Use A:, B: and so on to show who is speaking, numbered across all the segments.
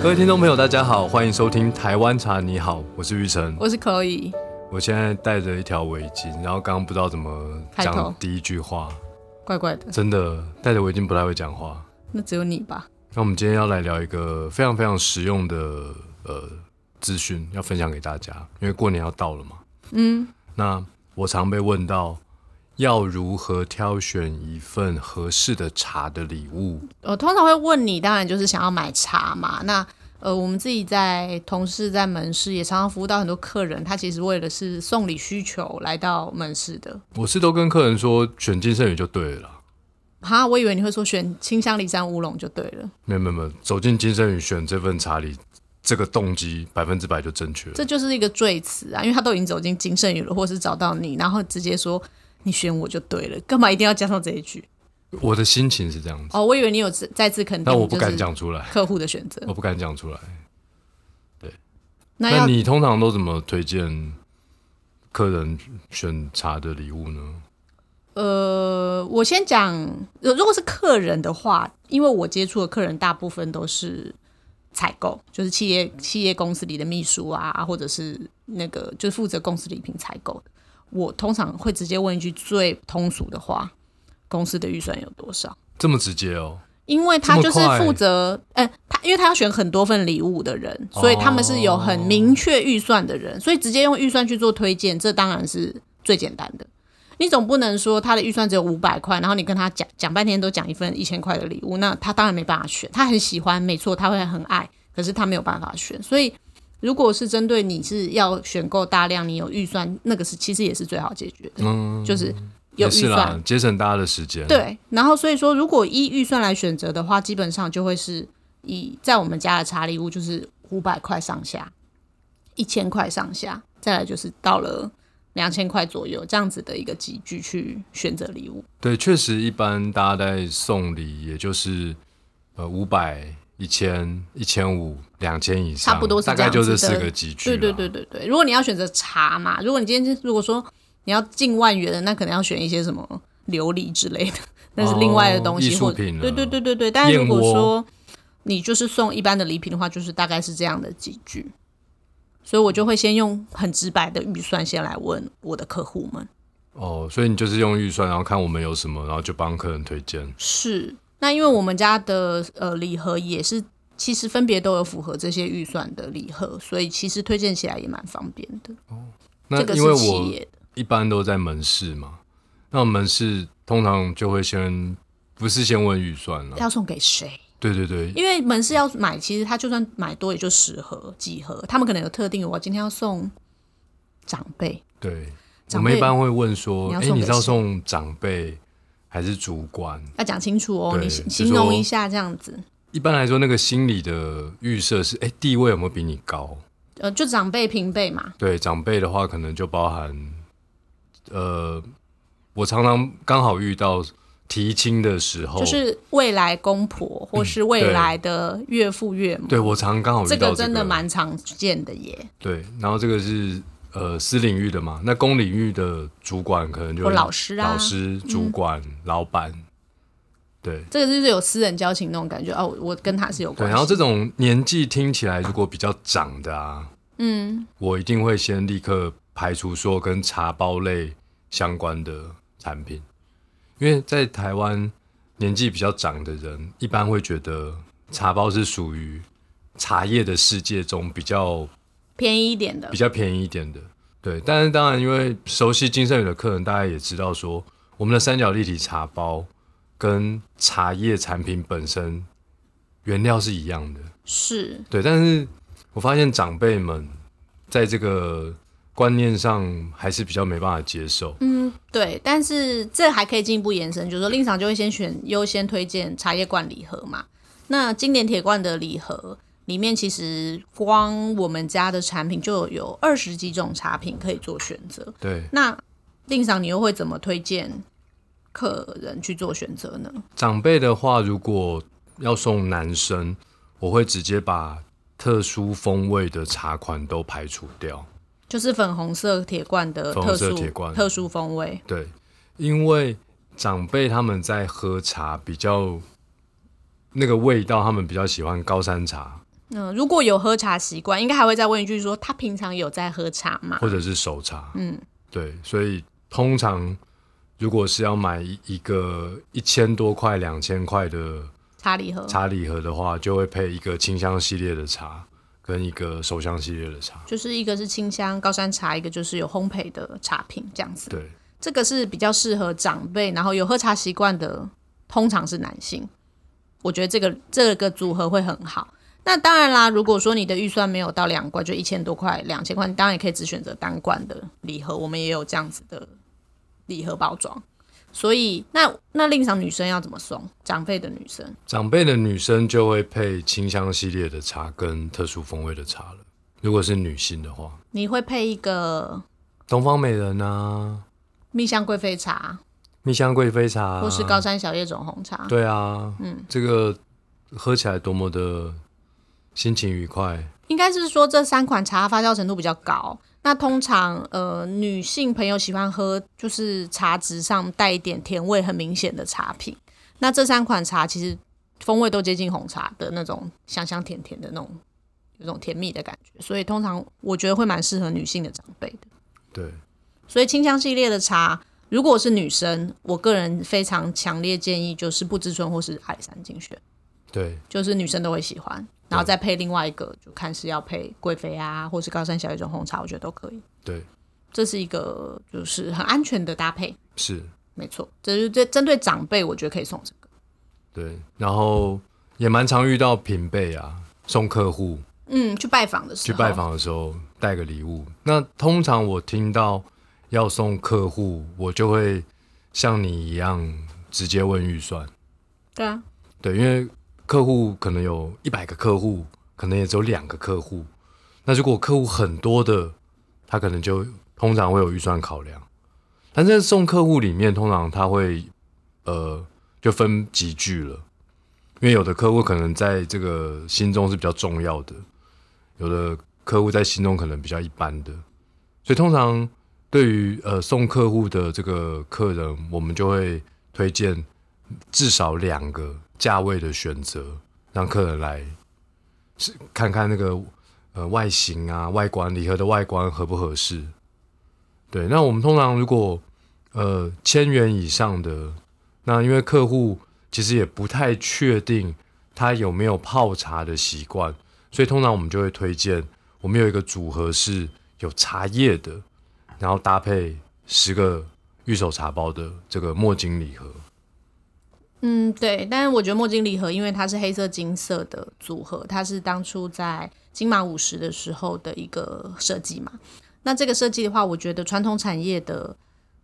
A: 各位听众朋友，大家好，欢迎收听《台湾茶你好》，我是玉成。
B: 我是可以，
A: 我现在戴着一条围巾，然后刚刚不知道怎么
B: 开头
A: 讲第一句话，
B: 怪怪的，
A: 真的戴着围巾不太会讲话。
B: 那只有你吧？
A: 那我们今天要来聊一个非常非常实用的呃资讯，要分享给大家，因为过年要到了嘛。
B: 嗯，
A: 那我常被问到要如何挑选一份合适的茶的礼物，
B: 我通常会问你，当然就是想要买茶嘛。那呃，我们自己在同事在门市也常常服务到很多客人，他其实为了是送礼需求来到门市的。
A: 我是都跟客人说选金圣宇就对了啦。
B: 哈，我以为你会说选清香梨山乌龙就对了，
A: 没有没有没有，走进金圣宇选这份茶礼，这个动机百分之百就正确了。
B: 这就是一个赘词啊，因为他都已经走进金圣宇了，或是找到你，然后直接说你选我就对了，干嘛一定要加上这一句？
A: 我的心情是这样子，
B: 哦，我以为你有再再次肯定，
A: 但我不敢讲出来，
B: 客户的选择。
A: 我不敢讲出来。
B: 那
A: 那
B: 要
A: 你通常都怎么推荐客人选茶的礼物呢？
B: 呃，我先讲，呃如果是客人的话，因为我接触的客人大部分都是采购，就是企业企业公司里的秘书啊，或者是那个就是负责公司礼品采购的。我通常会直接问一句最通俗的话：公司的预算有多少？
A: 这么直接哦，
B: 因为他就是
A: 这么快
B: 负责，呃，他因为他要选很多份礼物的人，
A: 哦
B: 所以他们是有很明确预算的人，所以直接用预算去做推荐，这当然是最简单的。你总不能说他的预算只有五百块，然后你跟他讲讲半天都讲一份一千块的礼物，那他当然没办法选。他很喜欢，没错，他会很爱，可是他没有办法选。所以，如果是针对你是要选购大量，你有预算，那个是其实也是最好解决的，
A: 嗯，
B: 就是
A: 也
B: 有预
A: 是
B: 算
A: 啦，，节省大家的时间。，
B: 对，然后所以说，如果依预算来选择的话，基本上就会是以在我们家的茶礼物就是五百块上下，一千块上下，再来就是到了两千块左右这样子的一个集聚去选择礼物。
A: 对，确实一般大家在送礼，也就是呃五百、一千、一千五、两千以上，
B: 差不多是
A: 大概
B: 这
A: 就
B: 样子
A: 这
B: 的
A: 四个集聚
B: 对
A: 啦。
B: 对对对对，如果你要选择茶嘛，如果你今天是如果说你要近万元的，那可能要选一些什么琉璃之类的， 那是另外的东
A: 哦艺
B: 西。
A: 术
B: 或
A: 品啊
B: 对对对对对，但是
A: 燕
B: 如果
A: 窝
B: 说你就是送一般的礼品的话，就是大概是这样的几句。所以我就会先用很直白的预算先来问我的客户们。
A: 哦，所以你就是用预算，然后看我们有什么，然后就帮客人推荐。
B: 是，那因为我们家的呃礼盒也是，其实分别都有符合这些预算的礼盒，所以其实推荐起来也蛮方便的。
A: 那
B: 这个
A: 因为
B: 是企
A: 我
B: 业的
A: 一般都在门市嘛，那门市通常就会先不是先问预算了，
B: 要送给谁？
A: 对对对，
B: 因为门市要买，其实他就算买多也就十盒几盒，他们可能有特定，我今天要送长辈，
A: 对，我
B: 长辈
A: 们一般会问说，哎、
B: 你要送
A: 你
B: 给
A: 是要
B: 谁
A: 送长辈还是主管？
B: 要讲清楚哦，
A: 对
B: 你
A: 就
B: 形
A: 说
B: 容一下这样子，
A: 一般来说，那个心理的预设是，哎、地位有没有比你高？
B: 呃，就长辈平辈嘛，
A: 对，长辈的话可能就包含，呃，我常常刚好遇到提亲的时候，
B: 就是未来公婆或是未来的岳父岳母，
A: 对我常刚好遇
B: 这
A: 到
B: 个
A: 这
B: 真
A: 个
B: 的蛮常见的耶。
A: 对，然后这个是呃私领域的嘛，那公领域的主管可能就
B: 或老师啊
A: 老师、主管、老板，对
B: 这个就是有私人交情那种感觉哦，我我跟他是有
A: 对。
B: 关系。
A: 然后这种年纪听起来如果比较长的啊，
B: 嗯，
A: 我一定会先立刻排除说跟茶包类相关的产品，因为在台湾年纪比较长的人一般会觉得茶包是属于茶叶的世界中比较
B: 便宜一点的
A: 比，较便宜一点的。对，但是当然，因为熟悉金圣宇的客人，大家也知道说，我们的三角立体茶包跟茶叶产品本身原料是一样的。
B: 是
A: 对，但是我发现长辈们在这个观念上还是比较没办法接受。
B: 嗯，对，但是这还可以进一步延伸，就是说令赏就会先选优先推荐茶叶罐礼盒嘛。那经典铁罐的礼盒里面，其实光我们家的产品就有二十几种茶品可以做选择。
A: 对，
B: 那令赏你又会怎么推荐客人去做选择呢？
A: 长辈的话，如果要送男生，我会直接把特殊风味的茶款都排除掉。
B: 就是粉红色铁罐的
A: 粉
B: 特
A: 红色
B: 殊
A: 铁罐
B: 特殊风味，
A: 对，因为长辈他们在喝茶比较那个味道，他们比较喜欢高山茶，
B: 嗯，如果有喝茶习惯，应该还会再问一句说他平常有在喝茶吗？
A: 或者是手茶，嗯，对，所以通常如果是要买一一个一千多块、两千块的
B: 茶礼盒
A: 茶礼盒的话，就会配一个清香系列的茶跟一个手香系列的茶，
B: 就是一个是清香高山茶，一个就是有烘焙的茶品这样子。
A: 对，
B: 这个是比较适合长辈，然后有喝茶习惯的，通常是男性。我觉得这个这个组合会很好。那当然啦，如果说你的预算没有到两罐，就一千多块、两千块，你当然也可以只选择单罐的礼盒。我们也有这样子的礼盒包装。所以，那那令赏女生要怎么送？长辈的女生
A: 长辈的女生就会配清香系列的茶跟特殊风味的茶了。如果是女性的话，
B: 你会配一个
A: 东方美人啊，
B: 蜜香贵妃茶，
A: 蜜香贵妃茶啊，
B: 或是高山小叶种红茶。
A: 对啊，嗯，这个喝起来多么的心情愉快，
B: 应该是说这三款茶发酵程度比较高。那通常呃，女性朋友喜欢喝就是茶质上带一点甜味很明显的茶品。那这三款茶其实风味都接近红茶的那种香香甜甜的那种，有种甜蜜的感觉，所以通常我觉得会蛮适合女性的长辈的。
A: 对，
B: 所以清香系列的茶，如果是女生，我个人非常强烈建议就是不知醇或是矮山精选。
A: 对，
B: 就是女生都会喜欢，然后再配另外一个，就看是要配贵妃啊，或是高山小叶种红茶，我觉得都可以。
A: 对，
B: 这是一个就是很安全的搭配，
A: 是，
B: 没错。这就是针针对长辈，我觉得可以送这个。
A: 对，然后也蛮常遇到平辈啊，送客户
B: 嗯，去拜访的时
A: 去
B: 候，
A: 拜访的时候带个礼物。那通常我听到要送客户，我就会像你一样直接问预算。
B: 对啊，
A: 对，因为客户可能有一百个客户，可能也只有两个客户。那如果客户很多的，他可能就通常会有预算考量。但在送客户里面，通常他会呃就分几句了，因为有的客户可能在这个心中是比较重要的，有的客户在心中可能比较一般的，所以通常对于呃送客户的这个客人，我们就会推荐至少两个价位的选择，让客人来是看看那个呃外形啊、外观、礼盒的外观合不合适。对，那我们通常如果呃千元以上的，那因为客户其实也不太确定他有没有泡茶的习惯，所以通常我们就会推荐我们有一个组合是有茶叶的，然后搭配十个玉手茶包的这个墨金礼盒。
B: 嗯，对。但是我觉得墨镜礼盒，因为它是黑色金色的组合，它是当初在金马五十的时候的一个设计嘛。那这个设计的话，我觉得传统产业的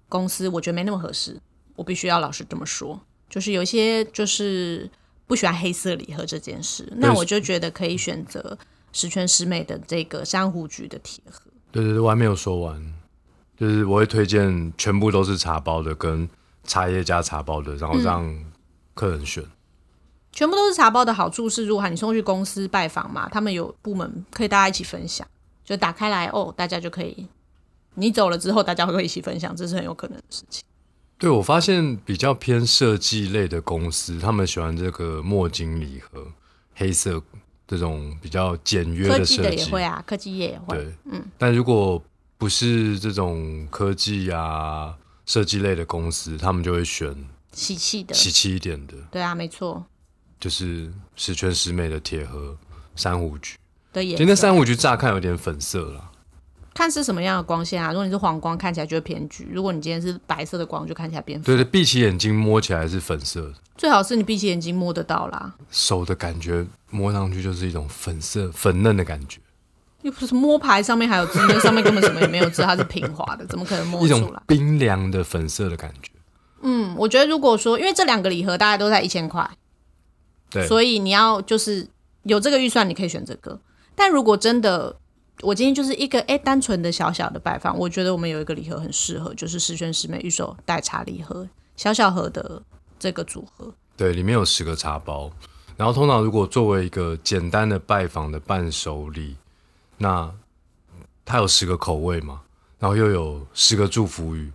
B: 公司，我觉得没那么合适。我必须要老实这么说，就是有一些就是不喜欢黑色礼盒这件事，那我就觉得可以选择十全十美的这个珊瑚橘的铁盒。
A: 对对对，我还没有说完，就是我会推荐全部都是茶包的，跟茶叶加茶包的，然
B: 嗯
A: 后让客人选。
B: 全部都是茶包的好处是，如果你送去公司拜访嘛，他们有部门可以大家一起分享，就打开来哦，大家就可以。你走了之后，大家会一起分享，这是很有可能的事情。
A: 对我发现比较偏设计类的公司，他们喜欢这个墨金礼盒，黑色这种比较简约
B: 科
A: 的
B: 技
A: 设
B: 的
A: 计。
B: 也会啊，科技业也会。
A: 对，嗯。但如果不是这种科技啊设计类的公司，他们就会选
B: 喜气的，
A: 奇气一点的，
B: 对啊，没错
A: 就是十全十美的铁盒珊瑚橘。
B: 的颜
A: 其实那
B: 色。
A: 珊瑚橘乍看有点粉色啦。
B: 看是什么样的光线啊？如果你是黄光，看起来就会偏橘；如果你今天是白色的光，就看起来偏粉。
A: 对对，闭起眼睛摸起来是粉色的，
B: 最好是你闭起眼睛摸得到啦，
A: 手的感觉摸上去就是一种粉色粉嫩的感觉，
B: 又不是摸牌上面还有字，那上面根本什么也没有字，它是平滑的，怎么可能摸
A: 一
B: 出
A: 种
B: 来？
A: 冰凉的粉色的感觉。
B: 嗯，我觉得如果说，因为这两个礼盒大概都在一千块，
A: 对，
B: 所以你要就是有这个预算，你可以选这个。但如果真的，我今天就是一个诶单纯的小小的摆放，我觉得我们有一个礼盒很适合，就是十全十美玉手代茶礼盒，小小盒的这个组合。
A: 对，里面有十个茶包。然后通常如果作为一个简单的拜访的伴手礼，那它有十个口味嘛，然后又有十个祝福语，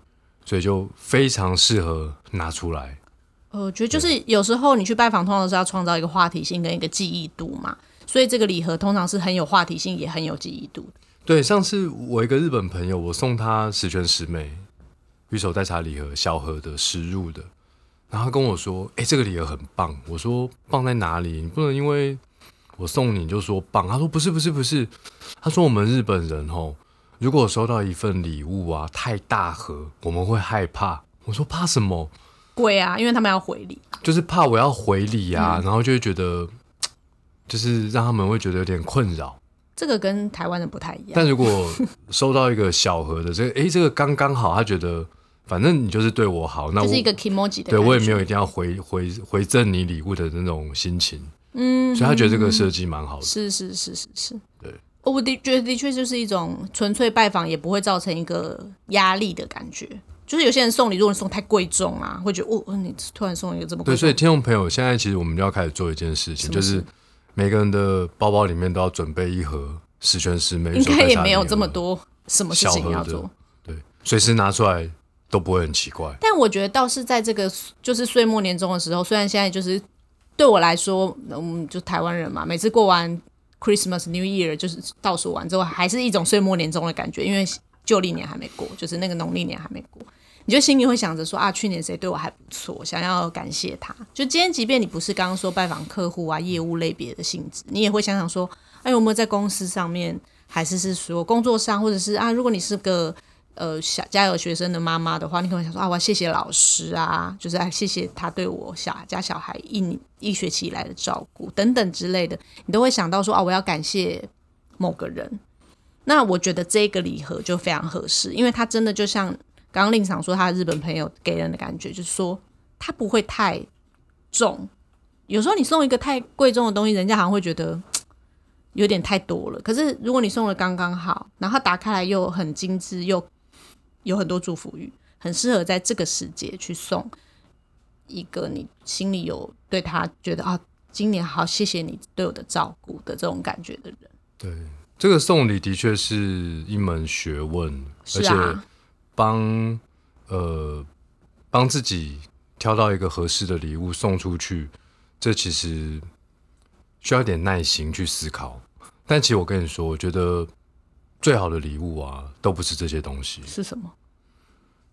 A: 所以就非常适合拿出来。
B: 呃，我觉得就是有时候你去拜访，通常都是要创造一个话题性跟一个记忆度嘛。所以这个礼盒通常是很有话题性，也很有记忆度的。
A: 对，上次我一个日本朋友，我送他十全十美玉手代茶礼盒，小盒的实入的，然后他跟我说：“哎、这个礼盒很棒。”我说：“棒在哪里？你不能因为我送你就说棒。”他说：“不是，不是，不是。”他说：“我们日本人哦，如果收到一份礼物啊太大盒，我们会害怕。”我说：“怕什么？
B: 贵啊，因为他们要回礼。
A: 就是怕我要回礼啊，然后就会觉得，就是让他们会觉得有点困扰。”
B: 这个跟台湾的不太一样，
A: 但如果收到一个小盒的这个，诶，这个刚刚好，他觉得反正你就是对我好，那
B: 就
A: 我
B: 是一个 emoji 的感觉。
A: 对我也没有一定要回回回赠你礼物的那种心情，
B: 嗯，
A: 所以他觉得这个设计蛮好的。
B: 是是是是是，
A: 对
B: 哦。我的觉得的确就是一种纯粹拜访，也不会造成一个压力的感觉。就是有些人送礼，如果你送太贵重啊，会觉得哦，哦你突然送一个这么贵
A: 对，
B: 重，
A: 所以听众朋友，现在其实我们就要开始做一件事情，
B: 什么
A: 就
B: 事
A: 是每个人的包包里面都要准备一盒十全十美，
B: 应该也没有
A: 手袋茶礼盒
B: 这么，多什么事情要
A: 小盒
B: 做
A: 的。对，随时拿出来都不会很奇怪。
B: 但我觉得倒是在这个就是岁末年终的时候，虽然现在就是对我来说，嗯，就台湾人嘛，每次过完 Christmas、New Year 就是倒数完之后，还是一种岁末年终的感觉，因为旧历年还没过，就是那个农历年还没过，你就心里会想着说啊，去年谁对我还不错，想要感谢他。就今天，即便你不是刚刚说拜访客户啊、业务类别的性质，你也会想想说，哎，有没有在公司上面，还是是说工作上，或者是啊，如果你是个呃小家有学生的妈妈的话，你可能想说啊，我要谢谢老师啊，就是啊谢谢他对我小家小孩一年一学期以来的照顾等等之类的，你都会想到说啊，我要感谢某个人。那我觉得这个礼盒就非常合适，因为它真的就像刚刚令赏说，他的日本朋友给人的感觉就是说，它不会太重。有时候你送一个太贵重的东西，人家好像会觉得嘖有点太多了。可是如果你送的刚刚好，然后打开来又很精致，又有很多祝福语，很适合在这个时节去送一个你心里有对他觉得啊，今年好谢谢你对我的照顾的这种感觉的人。
A: 对，这个送礼的确是一门学问，
B: 是
A: 而且
B: 啊，
A: 帮呃帮自己挑到一个合适的礼物送出去，这其实需要一点耐心去思考。但其实我跟你说，我觉得最好的礼物啊，都不是这些东西。
B: 是什么？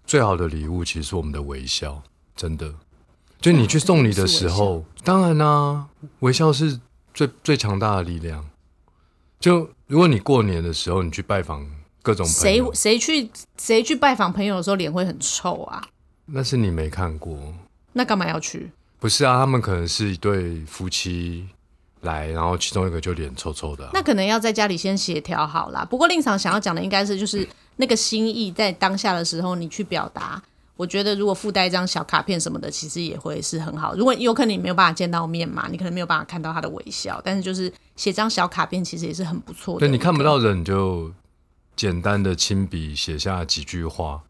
A: 最好的礼物其实是我们的微笑，真的。就你去送礼的时候，当然啦、微笑是最最强大的力量。就如果你过年的时候，你去拜访各种朋
B: 谁
A: 友，
B: 谁去谁去拜访朋友的时候脸会很臭啊？
A: 那是你没看过。
B: 那干嘛要去？
A: 不是啊，他们可能是一对夫妻来，然后其中一个就脸臭臭的啊、
B: 那可能要在家里先协调好啦。不过令常想要讲的应该是，就是那个心意在当下的时候你去表达。我觉得如果附带一张小卡片什么的，其实也会是很好。如果有可能你没有办法见到面嘛，你可能没有办法看到他的微笑，但是就是写张小卡片其实也是很不错的。
A: 对，你看不到人，你就简单的亲笔写下几句话。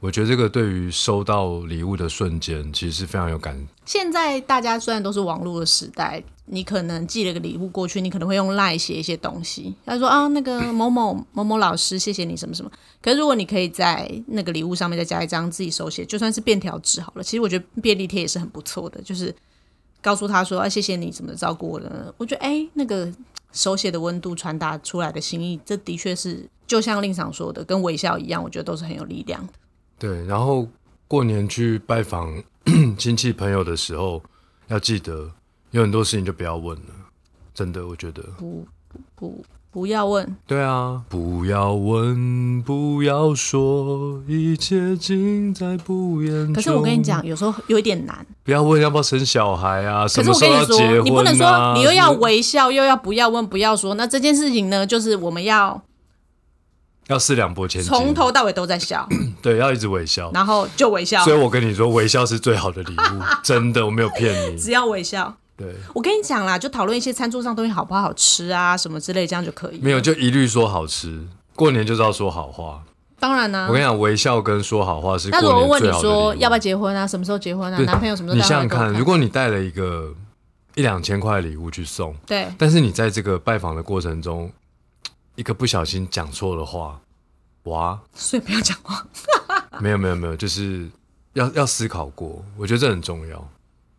A: 我觉得这个对于收到礼物的瞬间，其实是非常有感。
B: 现在大家虽然都是网络的时代，你可能寄了个礼物过去，你可能会用赖写一些东西。他说啊，那个某某某某老师，谢谢你什么什么。可是如果你可以在那个礼物上面再加一张自己手写，就算是便条纸好了。其实我觉得便利贴也是很不错的，就是告诉他说啊，谢谢你怎么照顾我的。我觉得哎、那个手写的温度传达出来的心意，这的确是就像令赏说的，跟微笑一样，我觉得都是很有力量的。
A: 对，然后过年去拜访 亲戚朋友的时候，要记得有很多事情就不要问了。真的，我觉得。
B: 不不要问，
A: 对啊，不要问，不要说，一切尽在不言中。
B: 可是我跟你，讲，有时候有一点难。
A: 不要问要不要生小孩啊，什
B: 可是
A: 么时
B: 我跟
A: 候
B: 你
A: 要
B: 说，
A: 结婚、啊、
B: 你不能说你又要
A: 什么
B: 微笑，又要不要问不要说。那这件事情呢，就是我们要
A: 要四两拨千斤，
B: 从头到尾都在笑，
A: 对，要一直微笑。
B: 然后就微笑
A: 所，以我跟你说，微笑是最好的礼 物，真的，我没有骗你。
B: 只要微笑。
A: 对，
B: 我跟你讲啦，就讨论一些餐桌上东西好不好吃啊，什么之类，这样就可以。
A: 没有就一律说好吃。过年就是要说好话。
B: 当然呢、
A: 我跟你讲，微笑跟说好话是过
B: 那如果
A: 年
B: 问
A: 最
B: 你
A: 好的礼物
B: 说。要不要结婚啊，什么时候结婚啊，
A: 对
B: 男朋友什么时
A: 你
B: 候带
A: 想想
B: 回来给我
A: 看，如果你带了一个一两千块的礼物去送，
B: 对，
A: 但是你在这个拜访的过程中，一个不小心讲错了话，哇，
B: 所以不要讲话。
A: 没有没有没有，就是要要思考过，我觉得这很重要。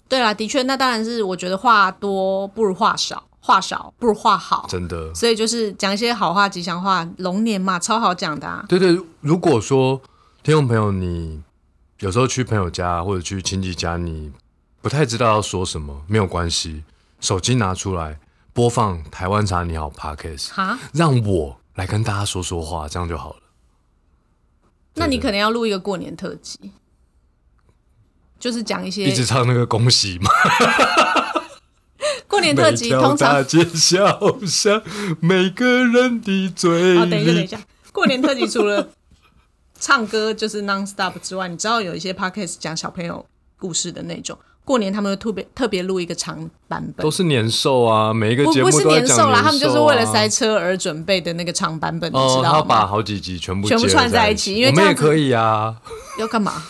B: 对啦，的确，那当然是我觉得话多不如话少。话少不如话好，
A: 真的。
B: 所以就是讲一些好话、吉祥话，龙年嘛，超好讲的啊。
A: 对对，如果说听众朋友你有时候去朋友家或者去亲戚家，你不太知道要说什么，没有关系，手机拿出来播放《台湾茶你好》Podcast，
B: 哈，
A: 让我来跟大家说说话，这样就好了。
B: 那你
A: 对对
B: 可能要录一个过年特辑，就是讲一些
A: 一直唱那个恭喜嘛，
B: 过年特
A: 每
B: 辑
A: 条
B: 通常
A: 大街小巷，每个人的嘴里。
B: 哦，等一下，等一下，过年特辑除了唱歌 就是 non stop 之外，你知道有一些 podcast 讲小朋友故事的那种，过年他们会特别特别录一个长版本
A: 都。是年兽啊，每一个
B: 不
A: 节
B: 不
A: 目
B: 是
A: 都在
B: 年
A: 讲
B: 兽啦，
A: 啊
B: 他们就是为了塞车而准备的那个长版本，你
A: 哦
B: 知，
A: 他
B: 道
A: 把
B: 吗？
A: 好几集全部
B: 全部
A: 接
B: 串
A: 在
B: 在一起因为
A: 我
B: 这
A: 们也
B: 样子
A: 可以啊。
B: 要干嘛？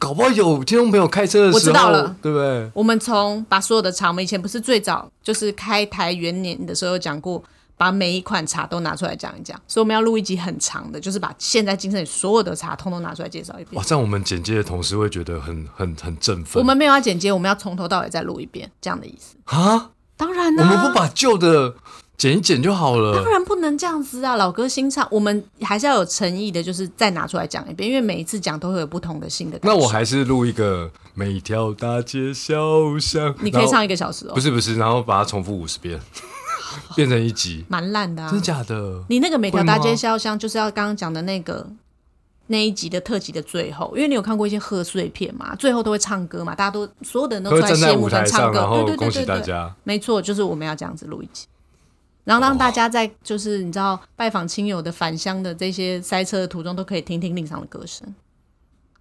A: 搞不好有听众朋友开车的时候，
B: 我知道了
A: 对不对？
B: 我们从把所有的茶，我们以前不是最早就是开台元年的时候有讲过，把每一款茶都拿出来讲一讲，所以我们要录一集很长的，就是把现在金盛宇所有的茶通通拿出来介绍一遍
A: 哇，。这样我们剪接的同时会觉得很很很振奋。
B: 我们没有要剪接，我们要从头到尾再录一遍，这样的意思。
A: 啊，
B: 当然
A: 我
B: 啦、
A: 们不把旧的剪一剪就好了
B: 当。然不能这样子啊！老歌新唱，我们还是要有诚意的，就是再拿出来讲一遍，因为每一次讲都会有不同的新的感
A: 那
B: 受。
A: 我还是录一个每条大街小巷，
B: 你可以
A: 然后
B: 唱一个小时哦
A: 不，是不是，然后把它重复五十 遍，变成一集，
B: 蛮烂的啊
A: 真的。假的？
B: 你那个每条
A: 会
B: 大
A: 吗
B: 街小巷就是要刚刚讲的那个那一集的特辑的最后，因为你有看过一些贺岁片嘛，最后都会唱歌嘛，大家都所有的人都
A: 会
B: 出来
A: 站在
B: 谢
A: 舞
B: 幕
A: 台
B: 跟
A: 上，
B: 唱
A: 然
B: 歌，
A: 后
B: 对对
A: 恭
B: 对
A: 喜
B: 对
A: 大
B: 对，
A: 家。
B: 没错，就是我们要这样子录一集。然后让大家在就是你知道拜访亲友的返乡的这些塞车的途中，都可以听听令上的歌声，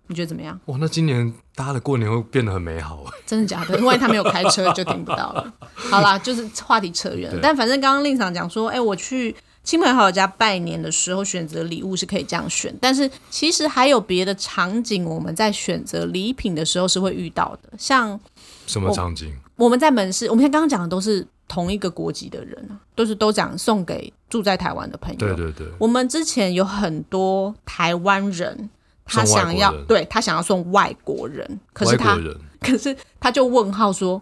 B: 你觉得怎么样？
A: 哇，那今年大家的过年会变得很美好哎。
B: 真的假的？ 万一他没有开车就听不 到了。好啦，就是话题扯远了
A: 对。
B: 但反正刚刚令场讲说，哎、我去亲朋好友家拜年的时候，选择礼物是可以这样选，但是其实还有别的场景，我们在选择礼品的时候是会遇到的。像
A: 什
B: 哦
A: 么场景？
B: 我们在门市，我们现在刚刚讲的都是同一个国籍的人啊，都是都讲送给住在台湾的朋友。
A: 对对对，
B: 我们之前有很多台湾人，他
A: 送外
B: 想
A: 国
B: 要
A: 人
B: 对他想要送外国人，可
A: 外
B: 是他
A: 国人
B: 可是他就问号说：“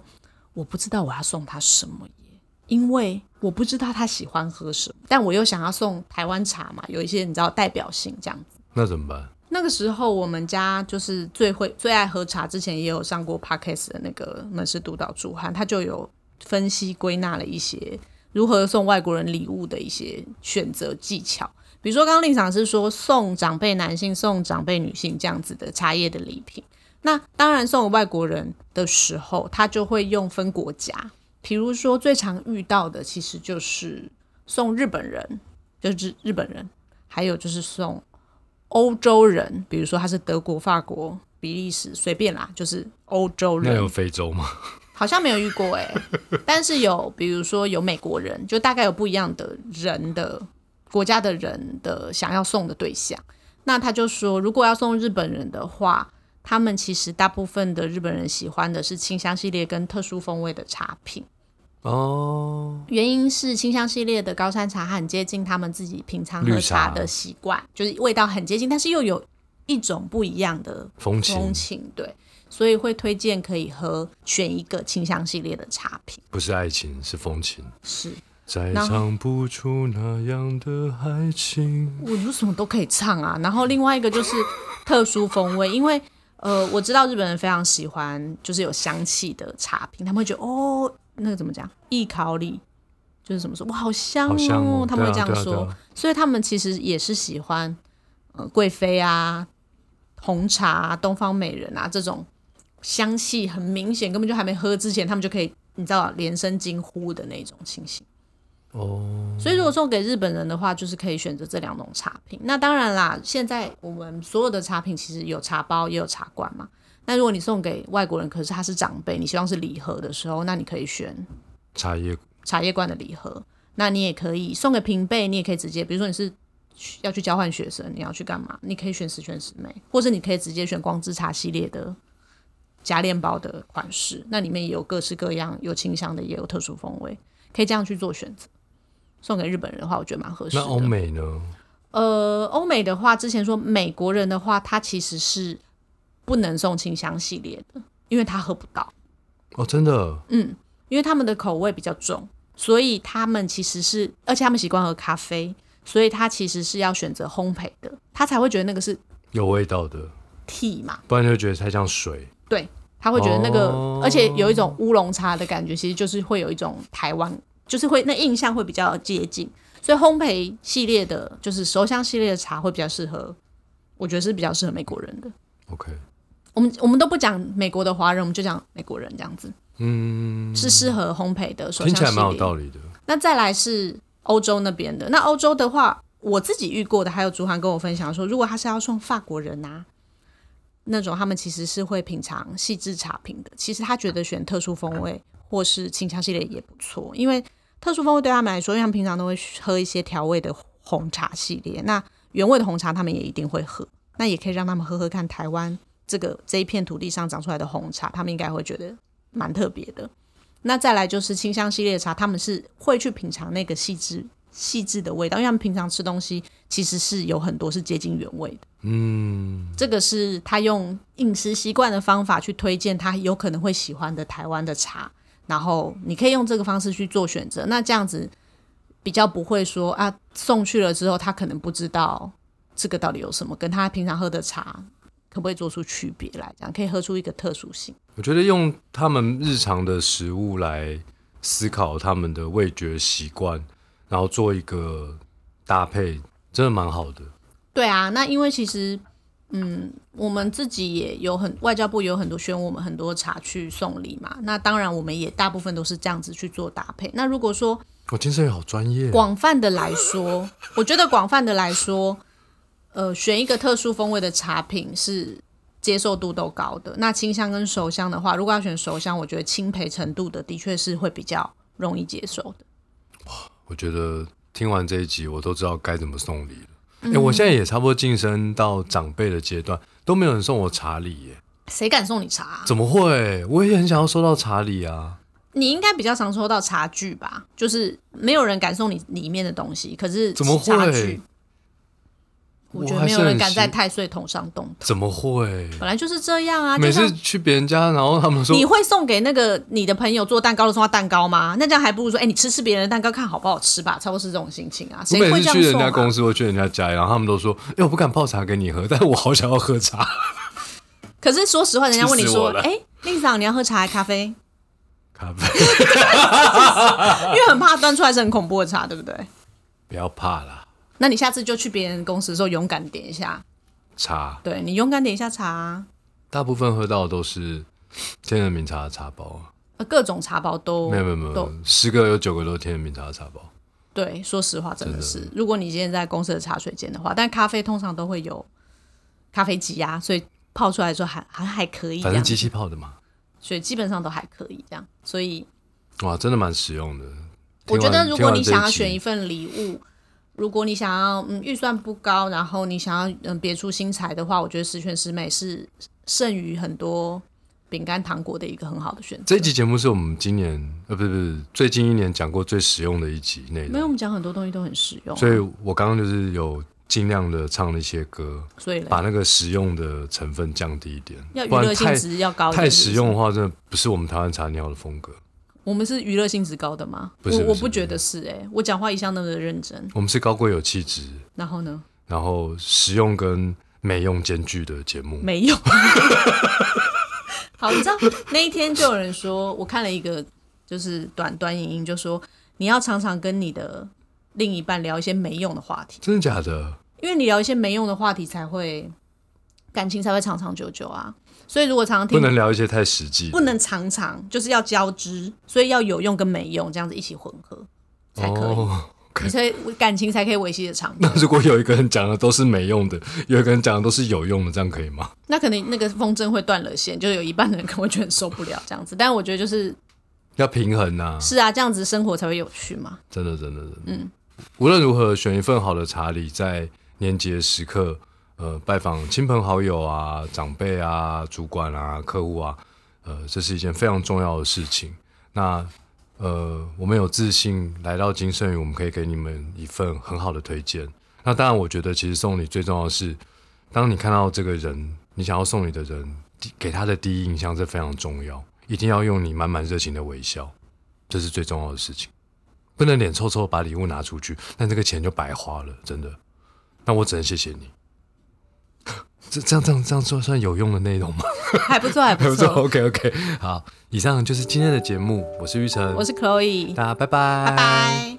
B: 我不知道我要送他什么耶，因为我不知道他喜欢喝什么，但我又想要送台湾茶嘛，有一些你知道代表性这样子。
A: 那怎么办？”
B: 那个时候我们家就是最会最爱喝茶，之前也有上过 podcast 的那个门市督导朱汉，他就有分析归纳了一些如何送外国人礼物的一些选择技巧。比如说，刚刚令赏是说送长辈男性、送长辈女性这样子的茶叶的礼品。那当然，送给外国人的时候，他就会用分国家。比如说，最常遇到的其实就是送日本人，就是日本人，还有就是送欧洲人，比如说他是德国、法国、比利时，随便啦，就是欧洲
A: 那
B: 人。
A: 有非洲吗？
B: 好像没有遇过哎、但是有，比如说有美国人，就大概有不一样的人的国家的人的想要送的对象。那他就说，如果要送日本人的话，他们其实大部分的日本人喜欢的是清香系列跟特殊风味的茶品。
A: 哦，
B: 原因是清香系列的高山茶很接近他们自己平常喝
A: 绿茶
B: 茶的习惯，就是味道很接近，但是又有一种不一样的
A: 风情
B: 风情，对，所以会推荐可以喝选一个清香系列的茶品。
A: 不是爱情，是风情。
B: 是，
A: 再
B: 然后
A: 唱不出那样的爱情。
B: 我有什么都可以唱啊。然后另外一个就是特殊风味，因为呃，我知道日本人非常喜欢就是有香气的茶品，他们会觉得哦，那个怎么讲，易烤里就是怎么说，哇，好香哦，
A: 好香哦
B: 他们会这
A: 对啊
B: 样
A: 对啊
B: 说，
A: 对啊
B: 所以他们其实也是喜欢呃贵妃啊、红茶啊、东方美人啊这种香气很明显，根本就还没喝之前，他们就可以你知道连声惊呼的那种情形。
A: 哦，
B: 所以如果送给日本人的话，就是可以选择这两种茶品。那当然啦，现在我们所有的茶品其实有茶包也有茶罐嘛。那如果你送给外国人，可是他是长辈，你希望是礼盒的时候，那你可以选
A: 茶叶
B: 茶叶罐的礼盒。那你也可以送给平辈，你也可以直接，比如说你是去要去交换学生，你要去干嘛？你可以选十全十美，或是你可以直接选光之茶系列的夹链包的款式，那里面也有各式各样，有清香的，也有特殊风味，可以这样去做选择。送给日本人的话，我觉得蛮合适
A: 那
B: 的。
A: 欧美呢？
B: 呃，欧美的话，之前说美国人的话，他其实是不能送清香系列的，因为他喝不到。
A: 哦，真的，
B: 因为他们的口味比较重，所以他们其实是，而且他们习惯喝咖啡，所以他其实是要选择烘焙的，他才会觉得那个是
A: 有味道的，
B: tea 嘛，
A: 不然就会觉得太像水。
B: 对，他会觉得那个，
A: 哦
B: 而且有一种乌龙茶的感觉，其实就是会有一种台湾，就是会那印象会比较接近。所以烘焙系列的，就是熟香系列的茶会比较适合，我觉得是比较适合美国人的。
A: OK，
B: 我们我们都不讲美国的华人，我们就讲美国人这样子，
A: 嗯，
B: 是适合烘焙的手
A: 听起
B: 香
A: 来蛮有
B: 系列。
A: 道理的。
B: 那再来是欧洲那边的，那欧洲的话，我自己遇过的，还有竹涵跟我分享说，如果他是要送法国人啊，那种他们其实是会品尝细致茶品的。其实他觉得选特殊风味或是清香系列也不错，因为特殊风味对他们来说，因为他们平常都会喝一些调味的红茶系列，那原味的红茶他们也一定会喝，那也可以让他们喝喝看台湾这个这一片土地上长出来的红茶，他们应该会觉得蛮特别的。那再来就是清香系列的茶，他们是会去品尝那个细致细致的味道，因为他们平常吃东西其实是有很多是接近原味的。
A: 嗯，
B: 这个是他用饮食习惯的方法去推荐他有可能会喜欢的台湾的茶，然后你可以用这个方式去做选择。那这样子比较不会说啊，送去了之后他可能不知道这个到底有什么，跟他平常喝的茶可不可以做出区别来，这样可以喝出一个特殊性。
A: 我觉得用他们日常的食物来思考他们的味觉习惯，然后做一个搭配，真的蛮好的。
B: 对啊，那因为其实，嗯，我们自己也有很外交部也有很多宣我们很多茶去送礼嘛。那当然，我们也大部分都是这样子去做搭配。那如果说
A: 我健身哦也好专业，啊
B: 广泛的来说，我觉得广泛的来说，呃，选一个特殊风味的茶品是接受度都高的。那清香跟熟香的话，如果要选熟香，我觉得清培程度的的确是会比较容易接受的。
A: 我觉得听完这一集，我都知道该怎么送礼了。
B: 嗯
A: 哎、我现在也差不多晋升到长辈的阶段，都没有人送我茶礼耶，
B: 谁敢送你茶啊、
A: 怎么会？我也很想要收到茶礼啊。
B: 你应该比较常收到茶具吧？就是没有人敢送你里面的东西，可是
A: 怎么
B: 茶
A: 会
B: 具？我觉
A: 我
B: 得
A: 还
B: 没有
A: 是
B: 人
A: 很
B: 敢
A: 习
B: 在太岁头上动，
A: 怎么会？
B: 本来就是这样啊。就
A: 每次
B: 像
A: 去别人家，然后他们说
B: 你会送给那个你的朋友做蛋糕的送他蛋糕吗？那这样还不如说，哎、你吃吃别人的蛋糕看好不好吃吧，差不多是这种心情啊。
A: 我
B: 谁
A: 每
B: 会
A: 次
B: 这
A: 去
B: 样
A: 人
B: 送、
A: 家公
B: 啊？
A: 司或去人家家，然后他们都说：“哎、我不敢泡茶给你喝，但我好想要喝茶。
B: 可是说实话，人家问你
A: 气死
B: 说
A: 我，了
B: 哎、令长你要喝茶还是咖啡？”
A: 咖啡，
B: 因为很怕端出来是很恐怖的茶，对不对？
A: 不要怕啦，
B: 那你下次就去别人公司的时候勇敢点一下，
A: 茶
B: 对你勇敢点一下茶、啊。
A: 大部分喝到的都是天人名茶的茶包啊，
B: 呃各种茶包都
A: 没有没有没
B: 都
A: 有，十个有九个都是天人名茶的茶包。
B: 对，说实话真的是，如果你今天在公司的茶水间的话，但咖啡通常都会有咖啡机啊，所以泡出来的时候还还还可以这
A: 反正
B: 样，
A: 机器泡的嘛，
B: 所以基本上都还可以这样。所以
A: 哇，真的蛮实用的。
B: 我觉
A: 听
B: 得
A: 完
B: 如果你想要
A: 听完
B: 选
A: 这
B: 一
A: 一集
B: 份礼物，如果你想要嗯预算不高，然后你想要嗯别出心裁的话，我觉得十全十美是胜于很多饼干糖果的一个很好的选择
A: 这一。集节目是我们今年呃，不是不是最近一年讲过最实用的一集内
B: 没有，
A: 容，
B: 我们讲很多东西都很实用啊，
A: 所以我刚刚就是有尽量的唱了一些歌，
B: 所以嘞
A: 把那个实用的成分降低一点，
B: 要娱
A: 不
B: 乐
A: 然
B: 性
A: 太
B: 质要高一点，
A: 太
B: 是不
A: 实
B: 是
A: 用的话，真的不是我们台湾茶鸟的风格。
B: 我们是娱乐性质高的吗？
A: 不是
B: 我我
A: 不是
B: 不觉得是哎、我讲话一向那么的认真。
A: 我们是高贵有气质，
B: 然后呢，
A: 然后实用跟美用兼具的节目。
B: 没 有。好，你知道那一天就有人说，我看了一个就是短短影音，就说你要常常跟你的另一半聊一些没用的话题，
A: 真的假的？
B: 因为你聊一些没用的话题才会感情才会长长久久啊。所以如果常常听
A: 不能聊一些太实际的，
B: 不能常常，就是要交织，所以要有用跟没用这样子一起混合才可以，
A: 哦
B: 你才感情才可以维系的长久。
A: 那如果有一个人讲的都是没用的，有一个人讲的都是有用的，这样可以吗？
B: 那可能那个风筝会断了线，就有一半的人可能会觉得受不了这样子。但我觉得就是
A: 要平衡呐、
B: 是啊，这样子生活才会有趣嘛。
A: 真的，真的，真的。无论如何，选一份好的茶礼，在年节时刻，呃，拜访亲朋好友啊、长辈啊、主管啊、客户啊，呃，这是一件非常重要的事情。那呃，我们有自信来到金盛宇，我们可以给你们一份很好的推荐。那当然，我觉得其实送礼最重要的是，当你看到这个人，你想要送礼的人，第给他的第一印象是非常重要，一定要用你满满热情的微笑。这是最重要的事情。不能脸臭臭把礼物拿出去，但这个钱就白花了，真的。那我只能谢谢你。 这这样这样这样算算有用的内容吗？
B: 还不错， 还不
A: 不错
B: 错。
A: ，OK OK。好，以上就是今天的节目，我是玉成，
B: 我是 Chloe，
A: 大家拜拜，
B: 拜拜。